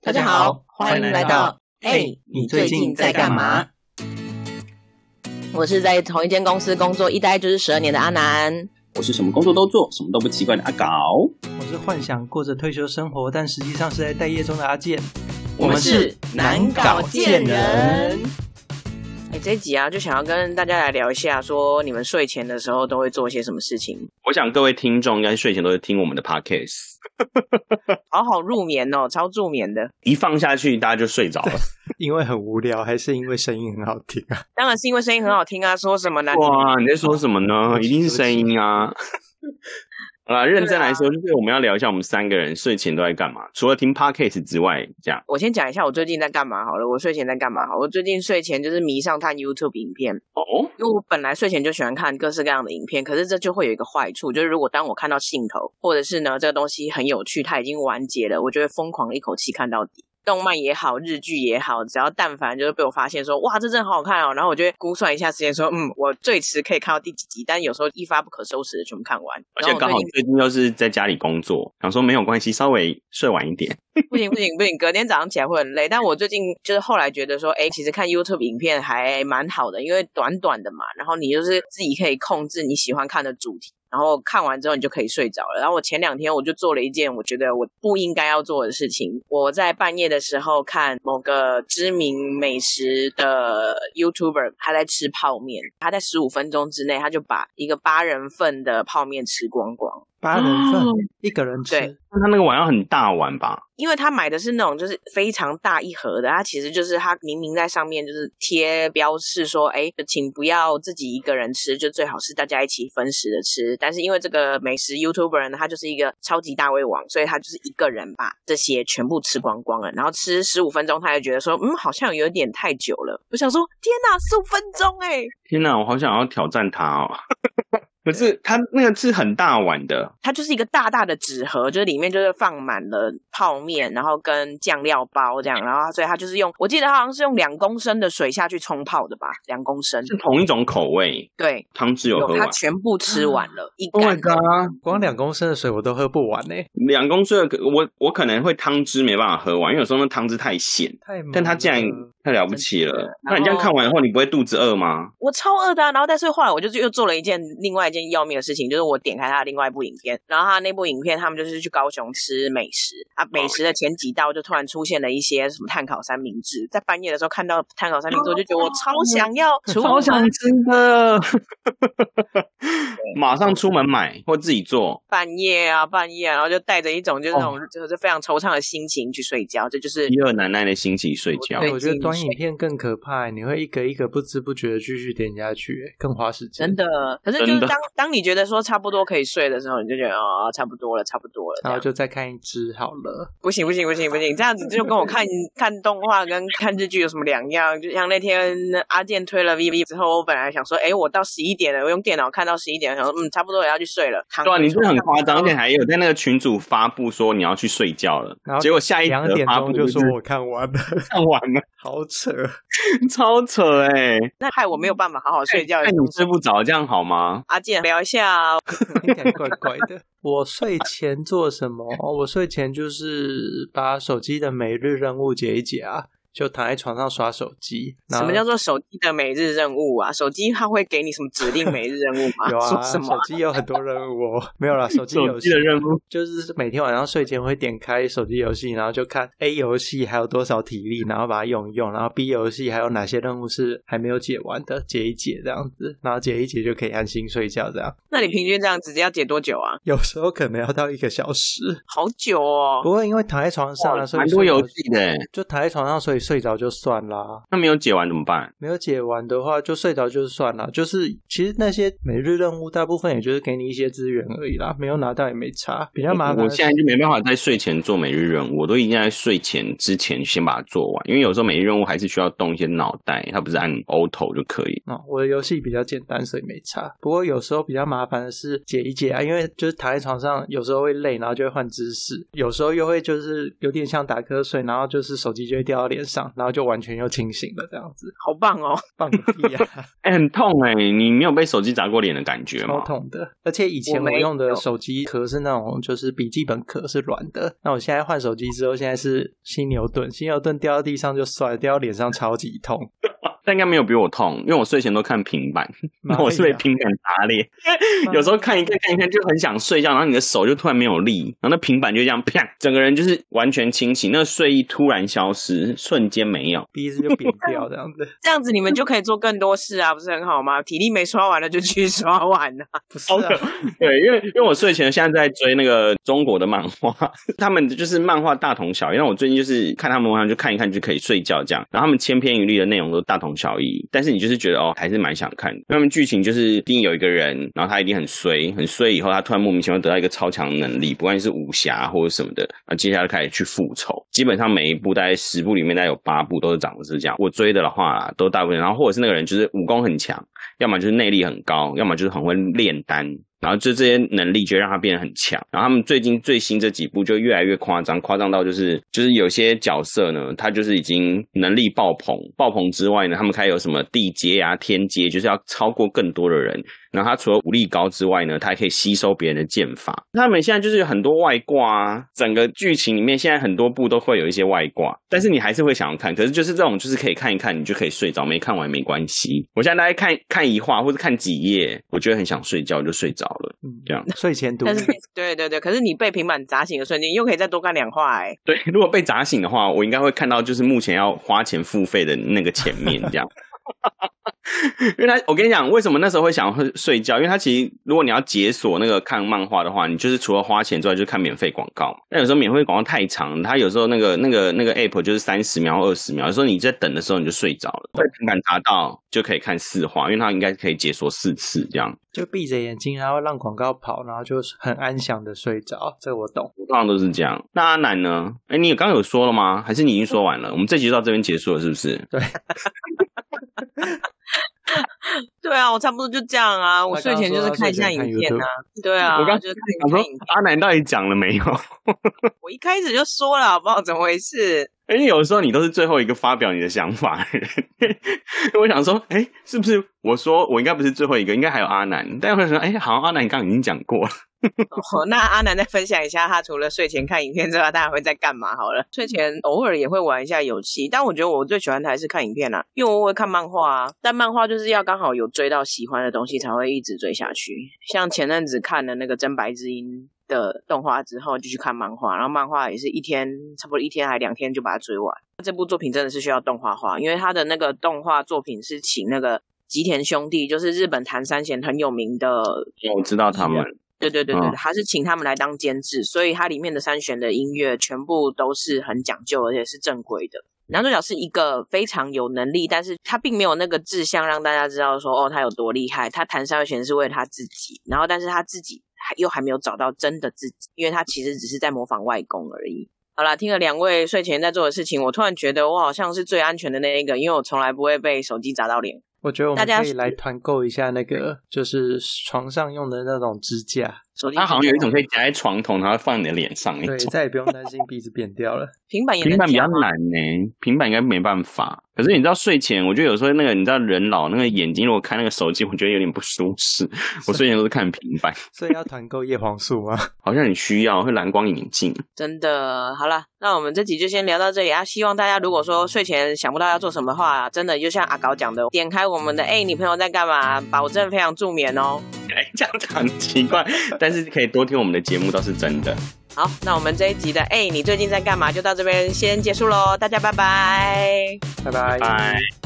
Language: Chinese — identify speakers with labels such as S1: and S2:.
S1: 大家好，欢迎来到哎，你最近在干嘛？？我是在同一间公司工作一待就是十二年的阿南。
S2: 我是什么工作都做，什么都不奇怪的阿搞。
S3: 我是幻想过着退休生活，但实际上是在待业中的阿健。
S2: 我们是
S3: 难搞贱人。
S1: 哎，这一集啊，就想要跟大家来聊一下，说你们睡前的时候都会做些什么事情，
S2: 我想各位听众应该睡前都会听我们的 podcast，
S1: 好好入眠哦，超助眠的。
S2: 一放下去大家就睡着了。
S3: 因为很无聊，还是因为声音很好听啊？
S1: 当然是因为声音很好听啊，说什么呢？
S2: 哇，你在说什么呢？一定是声音啊！好啦，认真来说，就是我们要聊一下我们三个人睡前都在干嘛，除了听 podcast 之外，这样
S1: 我先讲一下我最近在干嘛好了，我睡前在干嘛好？我最近睡前就是迷上看 YouTube 影片，
S2: 哦，
S1: 因为我本来睡前就喜欢看各式各样的影片，可是这就会有一个坏处，就是如果当我看到兴头，或者是呢这个东西很有趣，它已经完结了，我就会疯狂一口气看到底。动漫也好，日剧也好，只要但凡就是被我发现说哇这真的好好看哦，然后我就会估算一下时间说嗯我最迟可以看到第几集，但有时候一发不可收拾的全部看完。
S2: 而
S1: 然
S2: 且
S1: 后我
S2: 刚好
S1: 最近
S2: 最近又是在家里工作，想说没有关系，稍微睡晚一点。
S1: 不行不行不行，隔天早上起来会很累。但我最近就是后来觉得说，哎，其实看 YouTube 影片还蛮好的，因为短短的嘛，然后你就是自己可以控制你喜欢看的主题，然后看完之后你就可以睡着了。然后我前两天我就做了一件我觉得我不应该要做的事情，我在半夜的时候看某个知名美食的 YouTuber，他在吃泡面，他在十五分钟之内他就把一个八人份的泡面吃光光。
S3: 八人份
S2: 哦，
S3: 一个人
S1: 对
S3: 吃，
S2: 那他那个碗要很大碗吧？
S1: 因为他买的是那种就是非常大一盒的，他其实就是他明明在上面就是贴标示说，哎，请不要自己一个人吃，就最好是大家一起分食的吃。但是因为这个美食 YouTuber 呢，他就是一个超级大胃王，所以他就是一个人把这些全部吃光光了，然后吃十五分钟，他就觉得说，嗯，好像有点太久了。我想说，天哪，十五分钟哎、
S2: 天哪，我好想要挑战他哦！ 可是他那个是很大碗的，
S1: 它就是一个大大的纸盒，就是里面就是放满了泡面，然后跟酱料包这样，然后所以它就是用，我记得它好像是用两公升的水下去冲泡的吧，两公升，
S2: 是同一种口味，
S1: 对，
S2: 汤汁有喝
S1: 它
S2: 完。
S1: 全部吃完了，一
S2: Oh
S1: 干
S2: my。god！
S3: 光两公升的水我都喝不完呢、
S2: 两公升的可我我可能会汤汁没办法喝完，因为有时候那汤汁太咸。
S3: 太猛了
S2: 但他竟然太了不起了！那你这
S1: 然
S2: 样
S1: 后
S2: 看完以后，你不会肚子饿吗？
S1: 我超饿的啊、然后但是后来我就又做了一件另外一件要命的事情，就是我点开他的另外一部影片，然后他那部影片他们就是去高雄吃美食啊，美食的前几道就突然出现了一些什么碳烤三明治，在半夜的时候看到碳烤三明治，我就觉得我超
S2: 哦
S1: 想要出
S3: 啊
S1: 门，
S2: 吃的，马上出门买或自己做。
S1: 半夜啊，半夜啊、然后就带着一种就是那
S2: 哦
S1: 种、就是非常惆怅的心情去睡觉，这就是
S2: 一二奶奶的心情睡觉
S1: 对，
S3: 哎我觉得端
S1: 进
S3: 影
S1: 水
S3: 片更可怕、你会一个一个不知不觉的继续点下去、更花时间。
S1: 真的。可是就
S2: 真
S1: 是
S2: 的
S1: 当当你觉得说差不多可以睡的时候，你就觉得哦，差不多了，差不多了，这
S3: 然后
S1: 样
S3: 就再看一支好了。
S1: 不行不行不行不行，这样子就跟我看 看动画跟看日剧有什么两样？就像那天阿健推了 V V 之后，我本来想说，哎，我到十一点了，我用电脑看到十一点，想说嗯，差不多也要去睡了。
S2: 对啊，你是不是很夸张，而且
S1: 点。
S2: 还有在那个群组发布说你要去睡觉了
S3: 然，后
S2: 结果下一
S3: 两
S2: 则
S3: 点
S2: 发布
S3: 钟就是说我看完了，
S2: 看完了，
S3: 好扯。
S2: 超扯哎、
S1: 那害我没有办法好好睡觉
S2: 看。你睡不着，这样好吗？
S1: 阿健聊一下，啊
S3: 听 起来怪怪的。我睡前做什么？哦我睡前就是把手机的每日任务解一解啊，就躺在床上刷手机。然
S1: 什
S3: 后
S1: 么叫做手机的每日任务啊？手机它会给你什么指定每日任务 吗？
S3: 有啊？
S1: 说什么
S3: 手
S1: 啊？
S3: 机有很多任务、哦， 没有啦，手机
S2: 手
S3: 游
S2: 机
S3: 戏
S2: 的任务，
S3: 就是每天晚上睡前会点开手机游戏，然后就看 A 游戏还有多少体力，然后把它用一用，然后 B 游戏还有哪些任务是还没有解完的，解一解这样子，然后解一解就可以安心睡觉这样。
S1: 那你平均这样子要解多久啊？
S3: 有时候可能要到一个小时，
S1: 好久哦。
S3: 不过因为躺在床上啊，所以
S2: 哦蛮多
S3: 睡
S2: 游
S3: 着
S2: 戏的欸、
S3: 就躺在床上，所以睡着就算啦。
S2: 那没有解完怎么办？
S3: 没有解完的话，就睡着就算啦。就是其实那些每日任务，大部分也就是给你一些资源而已啦，没有拿到也没差。比较麻烦的
S2: 我现
S3: 是，
S2: 在就没办法在睡前做每日任务，我都已经在睡前之前先把它做完，因为有时候每日任务还是需要动一些脑袋，它不是按 auto 就可以。
S3: 哦，我的游戏比较简单，所以没差。不过有时候比较麻烦的是解一解啊，因为就是躺在床上，有时候会累，然后就会换姿势，有时候又会就是有点像打瞌睡，然后就是手机就会掉到脸上，然后就完全又清醒了，这样子
S1: 好棒哦！
S3: 棒个屁啊 呀、
S2: 哎、很痛哎、你没有被手机砸过脸的感觉
S3: 超
S2: 吗？
S3: 痛的。而且以前我
S1: 我没有
S3: 用的手机壳是那种就是笔记本壳是软的，那我现在换手机之后，现在是犀牛盾，犀牛盾掉到地上就算了，掉到脸上超级痛。
S2: 但应该没有比我痛，因为我睡前都看平板，那
S3: 啊
S2: 我是被平板打脸。
S3: 妈
S2: 有时候看一看看一看就很想睡觉，然后你的手就突然没有力，然后那平板就这样啪，整个人就是完全清醒，那个睡意突然消失，瞬间没有。
S3: 鼻子就扁掉这样子，
S1: 这样子你们就可以做更多事啊，不是很好吗？体力没刷完了就去 刷完了、
S3: 不是、啊？
S2: 对，因为因为我睡前现在在追那个中国的漫画，他们就是漫画大同小异。那我最近就是看他们漫画，就看一看就可以睡觉这样。然后他们千篇一律的内容都大同小异，但是你就是觉得哦，还是蛮想看的。他们剧情就是一定有一个人，然后他一定很衰，很衰以后他突然莫名其妙得到一个超强的能力，不管是武侠或者什么的，那接下来开始去复仇。基本上每一部大概十部里面大概有八部都是长得是这样。我追的的话啦都大部分，然后或者是那个人就是武功很强。要么就是内力很高，要么就是很会炼丹，然后就这些能力就让他变得很强。然后他们最近最新这几部就越来越夸张，夸张到就是就是有些角色呢，他就是已经能力爆棚，爆棚之外呢，他们开始有什么地阶啊、天阶，就是要超过更多的人。然后他除了武力高之外呢，他还可以吸收别人的剑法。他们现在就是有很多外挂啊，整个剧情里面现在很多部都会有一些外挂，但是你还是会想要看。可是就是这种，就是可以看一看，你就可以睡着，没看完没关系。我现在大概看看一话或者看几页，我觉得很想睡觉，我就睡着了。
S3: 嗯
S2: 这样
S3: 睡前读
S1: 但是 对对对，可是你被平板砸醒的瞬间，又可以再多看两话哎、
S2: 对，如果被砸醒的话，我应该会看到就是目前要花钱付费的那个前面这样。 因为他，我跟你讲，为什么那时候会想要睡觉？因为他其实，如果你要解锁那个看漫画的话，你就是除了花钱之外，就是看免费广告嘛。但有时候免费广告太长，它有时候那个那个那个 app 就是三十秒、二十秒，有时候你在等的时候你就睡着了。被平板砸到就可以看四话，因为它应该可以解锁四次这样。
S3: 就闭着眼睛，然后让广告跑，然后就很安详的睡着。这个我懂。
S2: 我通常都是这样。那阿南呢？哎，你刚刚有说了吗？还是你已经说完了？我们这集就到这边结束了，是不是？
S1: 对啊，我差不多就这样啊，我
S3: 他
S1: 睡
S3: 刚刚
S1: 前就是
S3: 说他
S1: 看一下
S3: 睡前看
S1: 影片啊
S3: YouTube，
S1: 对啊，
S2: 我刚
S1: 就是
S2: 我
S1: 看
S2: 说
S1: 一下影片。
S2: 阿南到底讲了没有？
S1: 我一开始就说了，好不好？怎么回事？
S2: 因为有时候你都是最后一个发表你的想法的人。 我想说，哎、是不是我说我应该不是最后一个，应该还有阿南？但我想说，哎、好像阿南刚刚已经讲过了。
S1: 哦，那阿南再分享一下，他除了睡前看影片之外，他还会在干嘛？好了，睡前偶尔也会玩一下游戏，但我觉得我最喜欢的还是看影片啦、因为我会看漫画啊。但漫画就是要刚好有追到喜欢的东西，才会一直追下去。像前阵子看了那个《真白之音》的动画之后，就去看漫画，然后漫画也是一天，差不多一天还两天就把它追完。这部作品真的是需要动画化，因为他的那个动画作品是请那个吉田兄弟，就是日本弹三弦很有名的
S2: 我知道他们，
S1: 对对对对，
S2: 嗯
S1: 还是请他们来当监制，所以它里面的三弦的音乐全部都是很讲究，而且是正规的。男主角是一个非常有能力，但是他并没有那个志向让大家知道说哦他有多厉害。他弹三弦是为了他自己，然后但是他自己还又还没有找到真的自己，因为他其实只是在模仿外公而已。好啦，听了两位睡前在做的事情，我突然觉得我好像是最安全的那一个，因为我从来不会被手机砸到脸。
S3: 我觉得我们
S1: 大家
S3: 可以来团购一下那个，就是床上用的那种支架，
S1: 手机
S2: 它啊好像有一种可以夹在床头，然后放你的脸上那
S3: 对，
S2: 种。
S3: 再也不用担心鼻子扁掉了。
S1: 平板也能
S2: 平板比较
S1: 夹吗
S2: 难呢、平板应该没办法。可是你知道睡前，我觉得有时候那个你知道人老那个眼睛，如果看那个手机，我觉得有点不舒适。 我睡前都是看平板，
S3: 所以要团购叶黄素 吗？
S2: 好像很需要会蓝光眼镜。
S1: 真的，好了，那我们这集就先聊到这里啊！希望大家如果说睡前想不到要做什么的话，真的就像阿搞讲的，点开我们的哎、你朋友在干嘛？保证非常助眠哦。
S2: 哎、这样讲很奇怪，但是可以多听我们的节目倒是真的。
S1: 好，那我们这一集的哎、你最近在干嘛？就到这边先结束喽，大家拜拜。
S3: 拜拜
S2: 拜。